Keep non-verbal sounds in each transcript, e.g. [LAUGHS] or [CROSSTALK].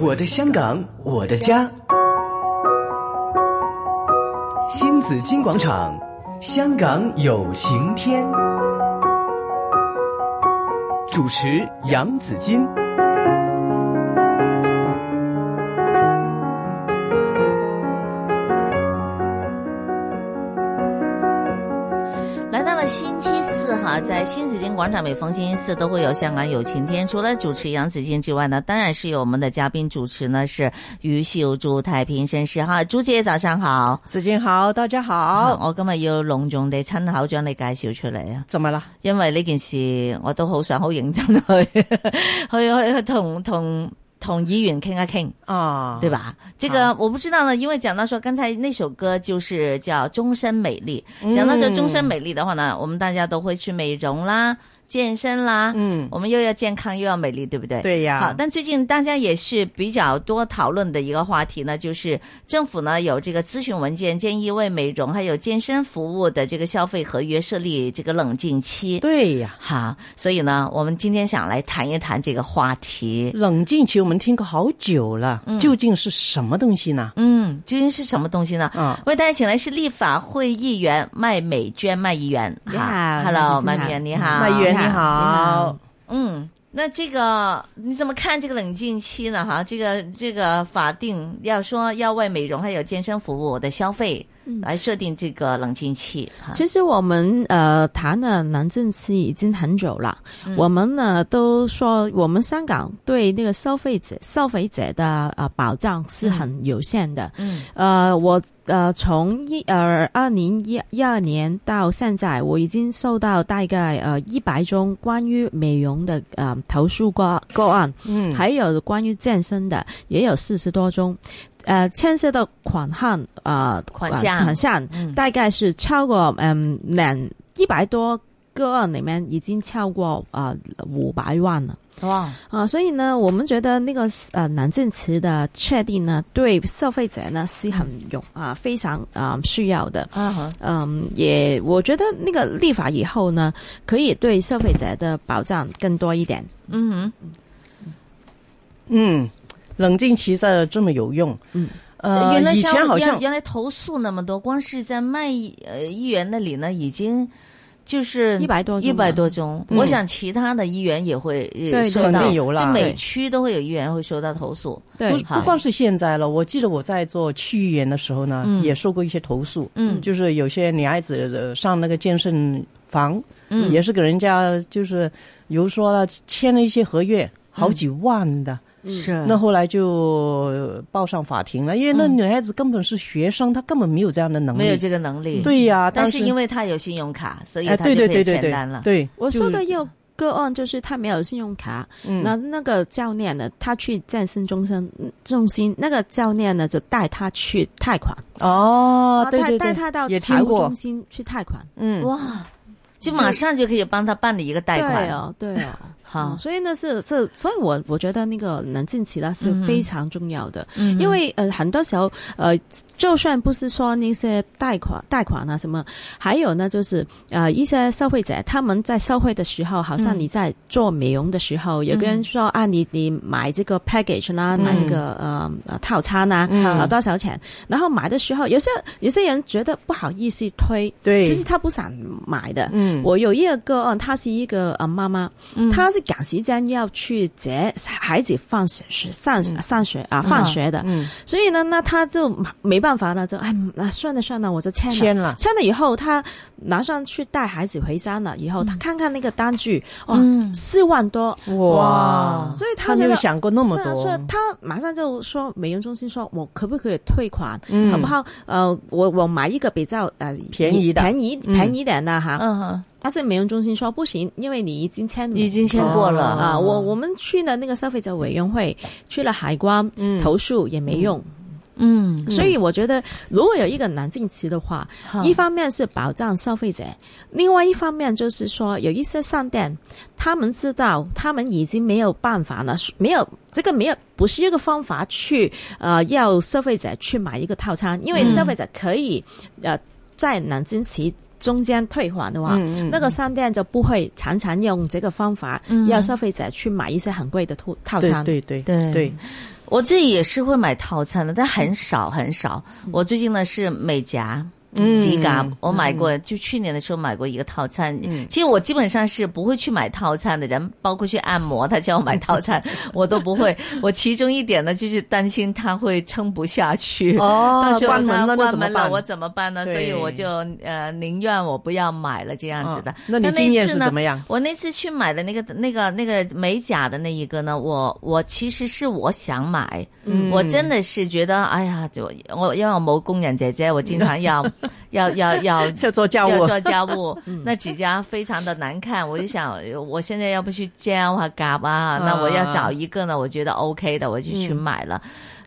我的香港，我的家。新紫金广场，香港有晴天。主持杨紫金。来到了星期四哈，在新紫金广场，每逢星期四都会有香港有晴天。除了主持杨紫金之外呢，当然是有我们的嘉宾主持呢，是于秀珠太平绅士哈。朱姐早上好，子健好，大家好，哦我今日要隆重地親口將你介紹出嚟啊！怎么啦？因為呢件事我都好想好認真去 [LAUGHS] 去去去同同同議員傾一傾。啊，对？吧？这个我不知道呢，因为讲到说刚才那首歌就是叫《终身美丽》，嗯讲到说终身美丽的话呢，我们大家都会去美容啦、健身啦，嗯，我们又要健康又要美丽，对不对？。对呀。好，但最近大家也是比较多讨论的一个话题呢，就是政府呢有这个咨询文件建议为美容还有健身服务的这个消费合约设立这个冷静期。对呀，好，所以呢，我们今天想来谈一谈这个话题。冷静期我们听过好久了，究竟是什么东西呢？嗯，究竟是什么东西呢？啊，为大家请来是立法会议员麦美娟，麦议员。你好，Hello，你好麦美娟，啊你好，麦源你好好，嗯，那这个你怎么看这个冷静期呢？哈，这个这个法定要说要为美容还有健身服务的消费来设定这个冷静期。哈其实我们呃谈了冷静期已经很久了，我们呢都说我们香港对那个消费者消费者的呃保障是很有限的。嗯呃，我呃从一呃二零一一二年到现在，我已经收到大概呃一百宗关于美容的呃投诉个个案，嗯，还有关于健身的也有四十多宗，呃，牵涉到款项啊款呃项款项嗯大概是超过嗯两一百多个案里面已经超过啊五百万了。哇，啊，所以呢，我们觉得那个呃冷静期的确定呢，对消费者呢是很用啊、非常啊、需要的。啊哈，嗯，也我觉得那个立法以后呢，可以对消费者的保障更多一点。嗯嗯，冷静期这这么有用，嗯，哼，呃原，来以消前好像原原来投诉那么多，光是在麦呃议员那里呢，已经就是100多宗一了百多宗。嗯我想其他的议员也会呃对收肯到，定有啦就每对区都会有议员会收到投诉。对不，好不光是现在了，我记得我在做区议员的时候呢，嗯也受过一些投诉，嗯就是有些女孩子呃上那个健身房，嗯也是给人家就是，比如说了签了一些合约，好几万的，是那后来就报上法庭了，因为那女孩子根本是学生，她根本没有这样的能力。没有这个能力。，对呀、啊但是是因为为他有信用卡，所以哎，他对就对可以对对承对担了。对，我就收到是一个个案，就是他没有信用卡，嗯那那个教练呢，他去健身中心，嗯中心那个教练呢就带他去贷款，哦，对带对带对，他到也财听务过中，心去贷款，嗯，哇，就马上就可以帮他办理一个贷对款。哦，对哦。好嗯，所以呢是是，所以我我觉得那个冷静期呢是嗯哼非常重要的，嗯因为呃很多时候呃，就算不是说那些贷款贷款啊什么，还有呢就是呃一些消费者他们在消费的时候，好像嗯你在做美容的时候，有个人说啊你你买这个 package 啦，嗯买这个呃呃套餐啊，嗯啊多少钱，然后买的时候有些有些人觉得不好意思推，对其，实他不想买的。嗯，我有一个个案，她是一个呃妈妈，嗯她是赶时间要去接孩子放学上上学啊放学的，嗯所以呢，那她就没办法了，就哎那算了算了，我就签了。签了，签了以后，她马上去带孩子回家了。以嗯后她看看那个单据，哇，嗯四万多，哇所以他觉没有得想过那么那多所，以她马上就说美容中心说，我可不可以退款？嗯好不好？呃，我我买一个比较呃便宜的便宜嗯便宜点的哈。嗯哼，但是美容中心说不行，因为你已经签了已经签过了哦啊。我我们去了那个消费者委员会，嗯去了海关，投诉也没用。嗯，所以我觉得，如果有一个冷静期的话，好嗯一方面是保障消费者，另外一方面就是说，有一些商店，他们知道他们已经没有办法了，没有这个没有不是一个方法去呃要消费者去买一个套餐，因为嗯消费者可以、呃在冷静期中间退还的话，嗯嗯啊那个商店就不会常常用这个方法嗯要消费者去买一些很贵的套套对餐。对对对对，我自己也是会买套餐的，但很少很少。我最近呢是美甲。嗯指甲，我买过，就去年的时候买过一个套餐。其实我基本上是不会去买套餐的人，包括去按摩，他叫我买套餐，我都不会。我其中一点呢，就是担心他会撑不下去，哦到时候关门他了那关怎么门了，办我怎么办呢？对所以我就呃，宁愿我不要买了这样子的嗯。那你经验是怎么但样那次呢我那次去买的那个那个那个美甲的那一个呢，我我其实是我想买，嗯我真的是觉得，哎呀，就我因为我冇工人姐姐，我经常要 [LAUGHS] 要要要要做家务嗯要做家 [LAUGHS] 务，那指甲非常的难看，我就想，我现在要不去 gel 啊、夹啊，那我要找一个呢，我觉得 OK 的，我就去买了，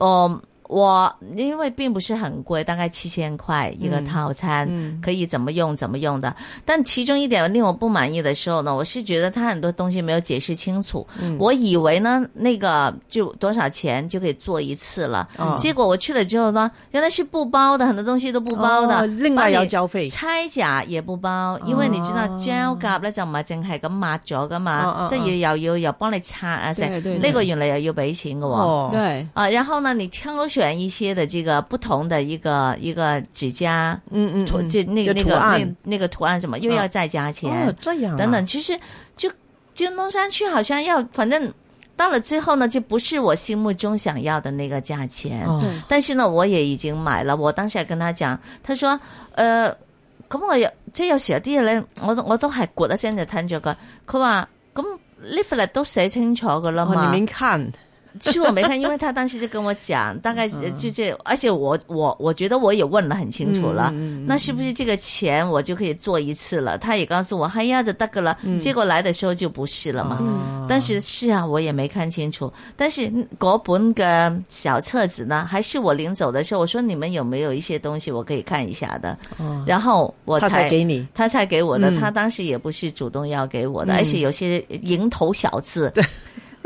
嗯。我因为并不是很贵，大概七千块一嗯个套餐，可以怎么用怎么用的。但其中一点令我不满意的时候呢，我是觉得他很多东西没有解释清楚。嗯我以为呢，那个就多少钱就可以做一次了，哦结果我去了之后呢，原来是不包的，很多东西都不包的，哦另外帮你要交費差甲也不包，因為你知道哦 gel 甲咧就唔係淨係咁抹咗噶嘛，哦哦即係要又要又幫你擦啊成，對對對呢個原來又要俾錢嘅喎。哦，对，啊，然后呢，你挑选一些的这个不同的一个一个指甲嗯嗯，图，嗯就那个就那图个那案个那个图案什么，又要再加钱哦，这样啊等等，其实就就弄上去好像要，反正到了最后呢，就不是我心目中想要的那个价钱。哦对但是呢，我也已经买了。我当時係跟他講，他說：，誒、咁我有即係有時有啲嘢咧，我都我都係咕一聲就吞咗佢。佢話：咁呢份嚟都寫清楚噶啦哦，嘛你。没看，其實我沒看，因為他當時就跟我 [LAUGHS] 講，大概就這，而且我我我覺得我也問得很清楚嗯了，那是不是這個錢我就可以做一次了？他也告訴我，哎呀，就得個了。嗯結果來的時候就不是了嘛。哦但是是啊，我也没看清楚。但是嗰本嘅小册子呢，还是我临走的时候，我说你们有没有一些东西我可以看一下的？哦然后我他才 [LAUGHS] 给你他才给我的。嗯他当时也不是主动要给我的，而且有些蝇头小字，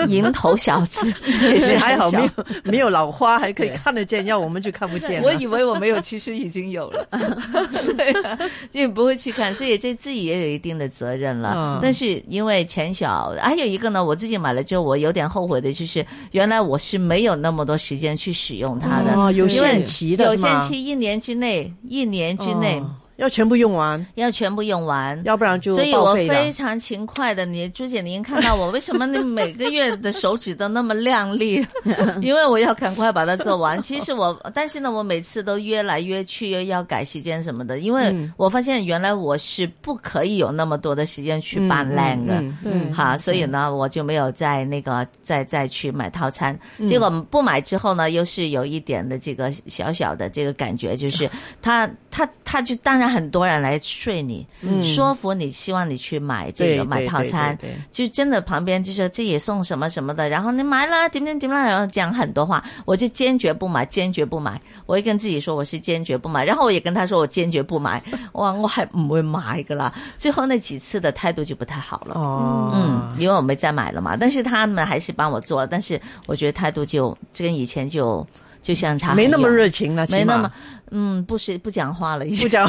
蝇头小字也是还好很没小有。没有老花，还可以看得见，要我们就看不见了。我以为我没有，其实已经有了，对啊，也不会去看，所以这自己也有一定的责任了。嗯但是因为钱小，还有一个呢，我自己买了之后，我有点后悔的就是，原来我是没有那么多时间去使用它的，哦有因为限期嗯的有是吗限期一年之内，一年之内、哦要全部用完，要全部用完。要不然就所以报我废了非常勤快的，你朱姐，您看到我为什么你每个月的手指都那么亮 [LAUGHS] 丽？因为我要赶快把它做完。其实我，但是呢，我每次都约来约去，又要改时间什么的，因为嗯我发现原来我是不可以有那么多的时间去扮靓的。嗯嗯对哈，所以呢，我就没有再那个再再去买套餐。嗯结果不买之后呢，又是有一点的这个小小的这个感觉，啊就是他他他就当然很多人来睡你，说服你，希望你去买这嗯对个买对套对餐对对，就真的旁边就是这也送什么什么的，然后你买了点点点了，然后讲很多话，我就坚决不买，坚决不买。我会跟自己说我是坚决不买，然后我也跟他说我坚决不买，我话我还唔会买噶啦。最后那几次的态度就不太好了。哦，嗯，因为我没再买了嘛，但是他们还是帮我做，但是我觉得态度就这跟以前就就相差很没那么远热，情了，没起码那么嗯，不是不讲话了，已经 [LAUGHS] 不讲。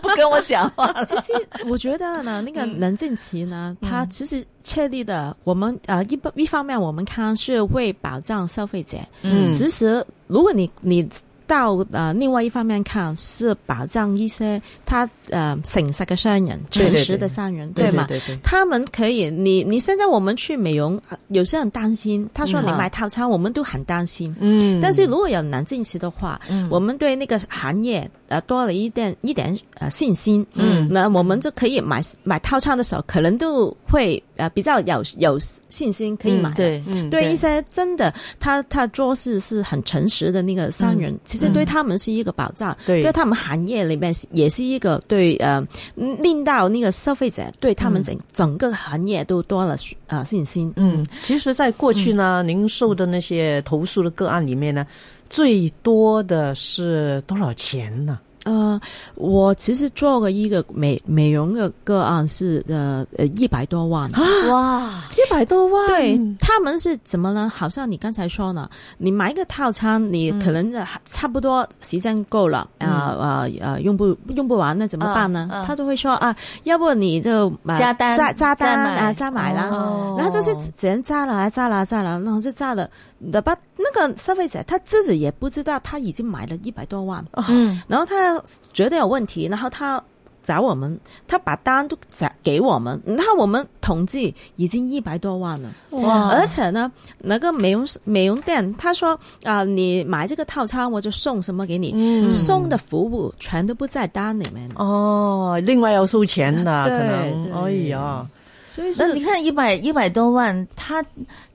不跟我讲话了。其实 [LAUGHS] 我觉得嗯呢，那个冷静期呢，它其实确立的，我们呃一般一方面我们看是为保障消费者， [LAUGHS] 嗯其实如果你你到呃另外一方面看是保障一些他呃诚实的商人、对对诚对实的商人，对吗？对对对他们可以，你你现在我们去美容，呃有些人担心，他说嗯你哈买套餐，我们都很担心。嗯但是如果有冷静期的话，嗯我们对那个行业呃多了一点一点呃信心，嗯那我们就可以买买套餐的时候，可能都会呃比较有有信心可以买。嗯 [GASPS] 对嗯对一些真的他他做事是很诚实的那个商人，其实对他们是一个保障，嗯对他们行业里面是也是一个对呃令到那个消费者对他们整、整个行业都多了呃信心。嗯，其实，在过去呢，您受的那些投诉的个案里面呢，最多的是多少钱呢？呃，我其实做过一个美美容的个案是呃呃一百多万，哇，一百多万，对嗯他们是怎么呢？好像你刚才说呢，你买一个套餐，你可能嗯呃差不多时间够了啊啊啊，用不用不完那怎么办呢？嗯嗯他就会说啊，要不你就买加单啊加加单再买啊，加买啦。哦然后就是只能加了加了加了，然后就加了，那把那个消费者他自己也不知道他已经买了一百多万，嗯，然后他觉得有问题，然后他找我们，他把单都给给我们，然后我们统计已经一百多万了。哇而且呢，那个美容美容店他说啊、你买这个套餐我就送什么给你，嗯送的服务全都不在单里面，哦，另外要收钱的，对可能，哎对呀，所以那是你看一百一百多万，他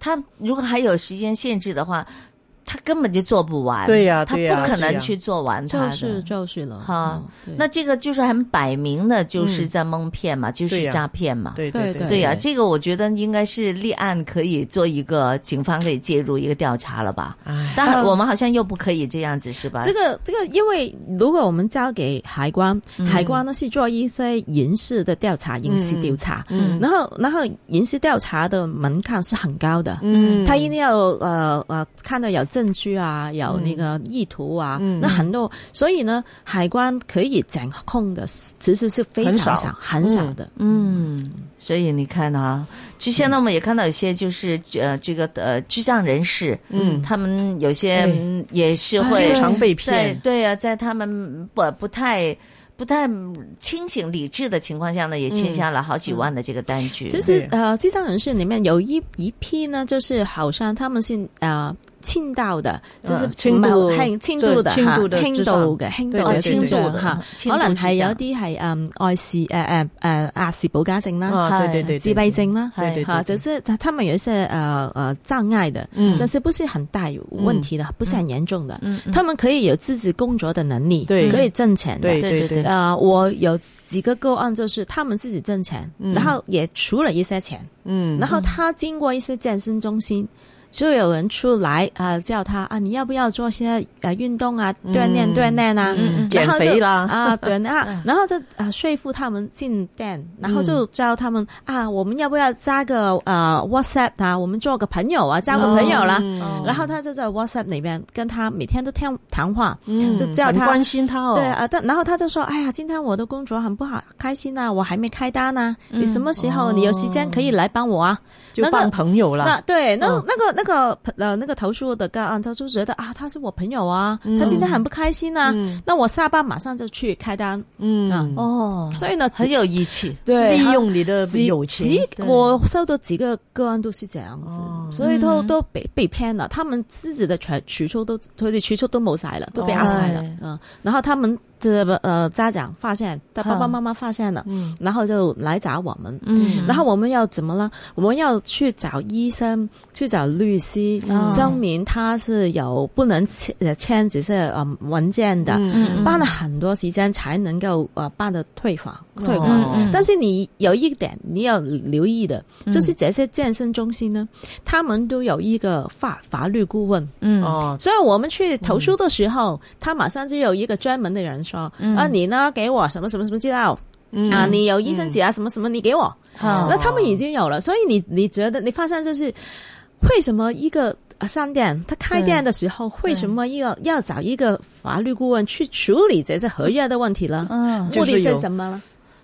他如果还有时间限制的话，他根本就做不完。对呀他对呀不可是能呀去做完它就的。是就是了哈嗯对嗯那这个就是很摆明的，就是在蒙骗嘛，就对是呀诈骗嘛。对对对对呀、这个我觉得应该是立案可以做一个，警方可以介入一个调查了吧？哎，但我们好像又不可以这样子，是吧？嗯这个这个，因为如果我们交给海关，嗯海关呢是做一些刑事的调查、刑事调查，嗯然后然后刑事调查的门槛是很高的，嗯他一定要呃呃看到有证据啊，有那个意图啊，嗯那很多，所以呢，海关可以掌控的其实是非常少、很少的，嗯，所以你看啊，之前呢，我们也看到一些就是呃，这个呃，智障人士，嗯他们有些哎嗯也是哎会经常被在骗，对啊，在他们不不太不太清醒理智的情况下呢，也欠下了好几万的这个单据。嗯其实对呃，智障人士里面有一一批呢，就是好像他们是呃。轻度的，就是嗯輕度輕輕度的即係輕哈，度的輕智度障嘅輕度哦對嘅對輕對度對嚇，輕可能度智係有障啲係嗯愛是誒呃誒誒亞氏保加症啦、啊，嗨对对对，嗯自闭症啦，嗨对对哈，对只是他他们有一些呃呃障碍的，嗯但是不是很大有问题的，不是很严重的，嗯，嗯他们可以有自己工作的能力，对可以挣钱的。对对对对对，呃，我有几个个案，就是他们自己挣钱，嗯然后也出了一些钱，嗯然后他经过一些健身中心，就有人出来啊、呃叫他啊，你要不要做些呃运动啊，锻炼嗯锻炼啊，嗯减然后就肥啦啊，对 [LAUGHS] 啊，然后就啊说服他们进店，然后嗯就教他们、啊，我们要不要加个呃 WhatsApp 啊，我们做个朋友啊，交个朋友啦。哦嗯然后他就在 WhatsApp 里面跟他每天都听谈话，嗯就叫很他关心他哦，对啊，但然后他就说：“哎呀，今天我的工作很不好开心啊，我还没开单呢、嗯你什么时候、你有时间可以来帮我啊？”就那扮个朋友那哦啦，对，那、嗯那个那个呃那个投诉的个案，他就觉得啊，他是我朋友啊，他今天很不开心啊，嗯那我下班马上就去开单，啊嗯，哦，所以呢，很有义气。对利他用你的几友情，几我收到几个个案都是这样子，哦所以都都被被骗了，他们自己的全储蓄都佢哋储蓄都冇晒了，都被压晒哦了，哎嗯，然后他们的呃家长发现，他爸爸嗯妈妈发现了，嗯然后就来找我们，嗯然后我们要怎么了？我们要去找医生，去找律师，嗯证明他是有不能签呃签只是呃文件的，嗯办了很多时间才能够呃办的退款退款。嗯嗯但是你有一点你要留意的，就是这些健身中心呢，他们都有一个法法律顾问，嗯哦，所以我们去投嗯诉的时候，他马上就有一个专门的人说，啊你呢给我什么什么什么资料、嗯啊，你有医生纸啊、什么什么你给我，好那他们已经有了，所以你你觉得你发现就是为什么一个呃商店他开店的时候，为什么要要找一个法律顾问去处理这些合约的问题呢？嗯，就目的是有是什么呢？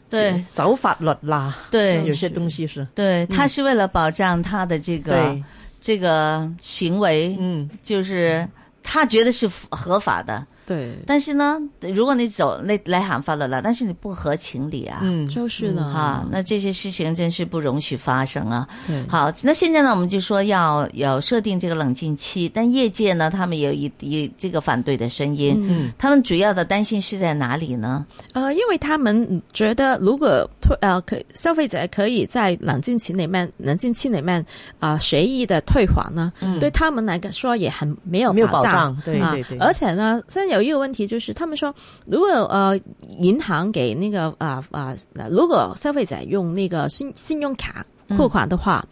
对走法律啦，有对些东西是，对，他是为了保障他的这个对，这个行为，嗯，就是他觉得是符合法的，对，但是呢，如果你走那来喊法律了，但是你不合情理啊。嗯，就是呢，哈，那这些事情真是不容许发生啊！对好，那现在呢，我们就说要要设定这个冷静期，但业界呢，他们也有一一这个反对的声音，嗯，他们主要的担心是在哪里呢？呃，因为他们觉得如果退呃可消费者可以在冷静期里面冷静期里面啊、呃随意的退还呢，对他们来说也很没有嗯没有保障障，对啊对对而且呢，现在有一个问题就是，他们说如果呃银行给那个啊啊、呃如果消费者用那个信信用卡付款的话。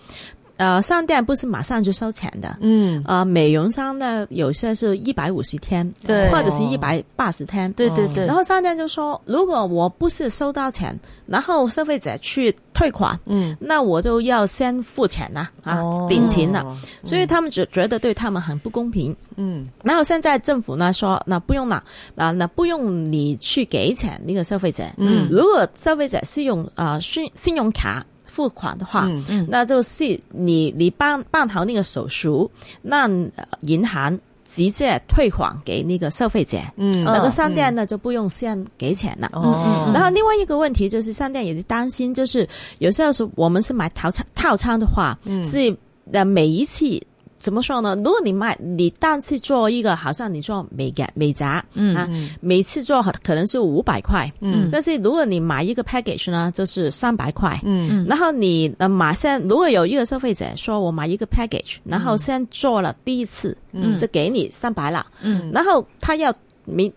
呃，上店不是马上就收钱的，嗯，呃，美容商呢有些是一百五十天，对或者是一百八十天，对对嗯对，然后商店就说，如果我不是收到钱，然后消费者去退款，嗯，那我就要先付钱呐、啊，哦点钱了，，所以他们觉觉得对他们很不公平。嗯然后现在政府呢说，那不用了，啊，那不用你去给钱那个消费者，嗯如果消费者是用啊信信用卡付款的话，嗯嗯那就是你你办办好那个手续，那呃银行直接退还给那个消费者，嗯那哦个商店呢就不用先给钱了。哦然后另外一个问题就是，商店也是担心，就是有时候是我们是买套餐套餐的话，嗯是呃每一次。怎么说呢？如果你买你单次做一个，好像你做美甲美甲，嗯啊，每次做可能是五百块，嗯但是如果你买一个 package 呢，就是三百块，嗯然后你呃马上如果有一个消费者说我买一个 package，然后先做了第一次，嗯就给你三百了，嗯然后他要明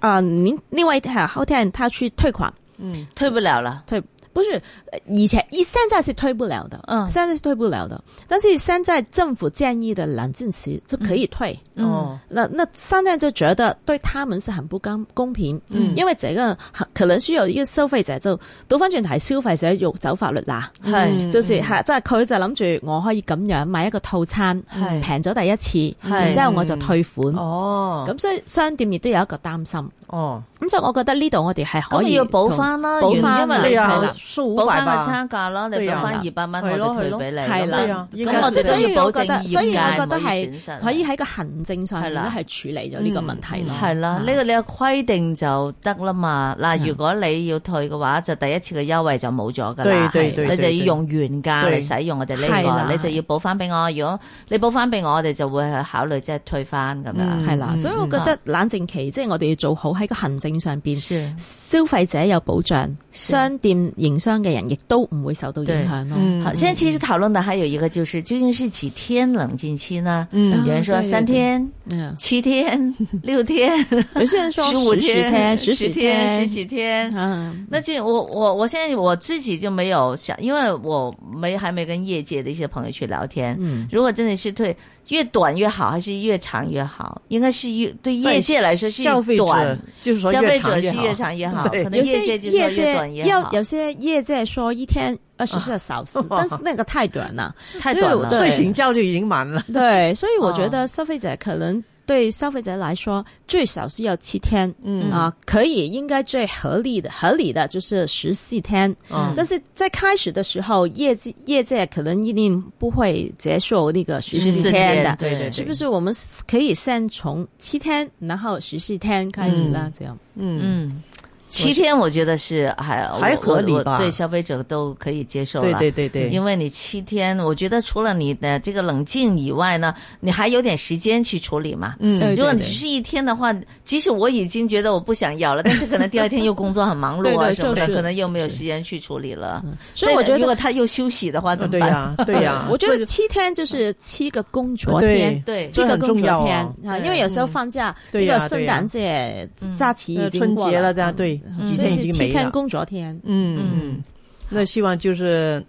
啊、您另外一天后天他去退款，嗯退不了了，退不是呃以前一现在是退不了的，嗯现在是退不了的，但是现在政府建议的冷静期就可以退。嗯哦那那商店就觉得对他们是很不公公平，嗯因为这个很可能需要一个消費者就倒翻轉頭係消費者要走法律啦，係就是係即係佢就諗住我可以咁樣買一個套餐，係平咗第一次，係嗯然之後我就退款，哦咁所以商店亦都有一個擔心，哦，咁所以我覺得呢度我哋係咁可你以要補翻啦，補原返因為啦你係投啦數五補翻百個吧，差價啦，你對補啊翻二百蚊，係我咯哋退俾你，係啦咁係啊應該咁我哋所都以要保我覺證得，所以我覺業界得唔以損係失。啊嗯可以喺個行政上面係咧啦係處理咗呢個問題咯，嗯系啦，呢、個你有規定就得啦嘛。嗱，如果你要退嘅話，就第一次嘅優惠就冇咗噶啦，對對對你就要對用原價對嚟使用我哋呢、係啦個，你就要補翻俾我。如果你補翻俾我，我哋就會去考慮即係退翻咁樣。係啦嗯，所以我覺啊得冷靜期即係我哋要做好喺個行政上邊。是消費者有保障，商店營商嘅人亦都唔會受到影響咯。嗯好，現在其實討論的還有一個就是，究竟是幾天冷靜期呢？嗯有人說啊對對三天、嗯，七天、六天、有些人說十五十天、十幾天、啊十天，几天。嗯，那就我我我现在我自己就没有想，因为我没还没跟业界的一些朋友去聊天。嗯如果真的是退越短越好，还是越长越好？应该是越对业界来说是消费者短，就是说消越费长者越是好，越长越好。对可能有业界些就说業越短界越要好，啊有些業界說一天二十四小時，但是那個太 [LAUGHS] 短了。太短所了以。睡醒觉就已经满了。对，所以我覺哦得消費者可能對消費者來說最少是要七天，嗯啊，可以應該最合理的合理的就是十四天。嗯但是在开始的时候，业绩业界可能一定不会接受那个十14四天的，对对是不是？我们可以先从七天，然后十四天开始啦，这样。嗯，嗯，七天我觉得是还还合理我我吧对消费者都可以接受了。对对对对，因为你七天，我觉得除了你的这个冷静以外呢，你还有点时间去处理嘛。嗯对如果你只是一天的话，即使我已经觉得我不想要了，但是可能第二天又工作很忙碌啊对对什么的，就是嗯可能又没有时间去处理了。所以我对觉如果得，嗯他又休息的话，怎么对办？呀对 [LAUGHS] 呀，我觉这得个七天就是七个工作对天。对七这个很工重要啊作天啊，对因为有时候放假，嗯那对呀个圣诞节假期已呃经春过节了，了，这样对，嗯几所天已以是经七没天了。工作天。嗯嗯，那希望就是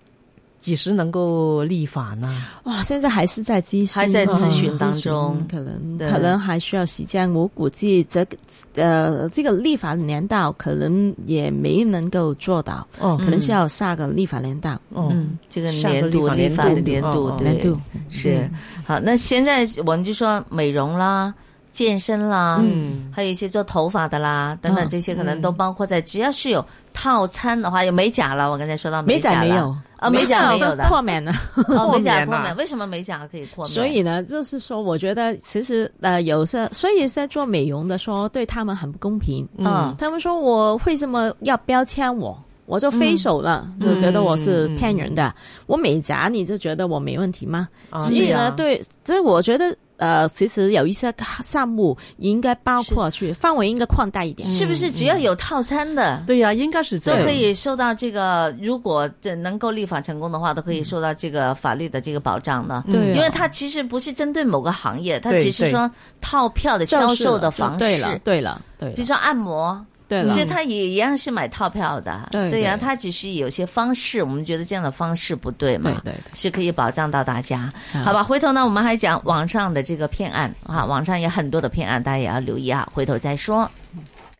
几时能够立法呢？哇，现在还是在咨询，还在咨询嗯当中咨询可能对可能还需要时间。我估计这个呃这个立法年度可能也没能够做到，哦可能是要下个立法年度。哦，嗯，这个上个年度立立法法的年年度度哦哦对年度嗯是好。那现在我们就说美容啦、健身啦，嗯还有一些做头发的啦等等，嗯这些可能都包括在。只要是有套餐的话，有美甲了，我刚才说到美甲甲没了有啊，美甲没有的，豁免了。哦，美甲免豁啊免，为什么美甲可以豁免？所以呢，就是说，我觉得其实呃，有些所以在做美容的说，对他们很不公平。嗯，他们说我为什么要标签我？我做 facial 了，嗯就觉得我是骗人的。我美甲你就觉得我没问题吗？哦啊所以呢，对呀对，这我觉得呃，其实有一些项目应该包括去范围应该扩大一点。是不是嗯只要有套餐的？对呀，应该是这都样。可以受到这个，如果这能够立法成功的话，都可以受到这个法律的这个保障呢。对啊因为它其实不是针对某个行业，它对只是说套票的销售的方对式了，，对了，对比如了，说按摩，对了所以，他也一样是买套票的，对呀、对他只是有些方式，我们觉得这样的方式不对嘛对，对是可以保障到大家，好吧？回头呢，我们还讲网上的这个骗案啊，网上也很多的骗案，大家也要留意啊，回头再说。对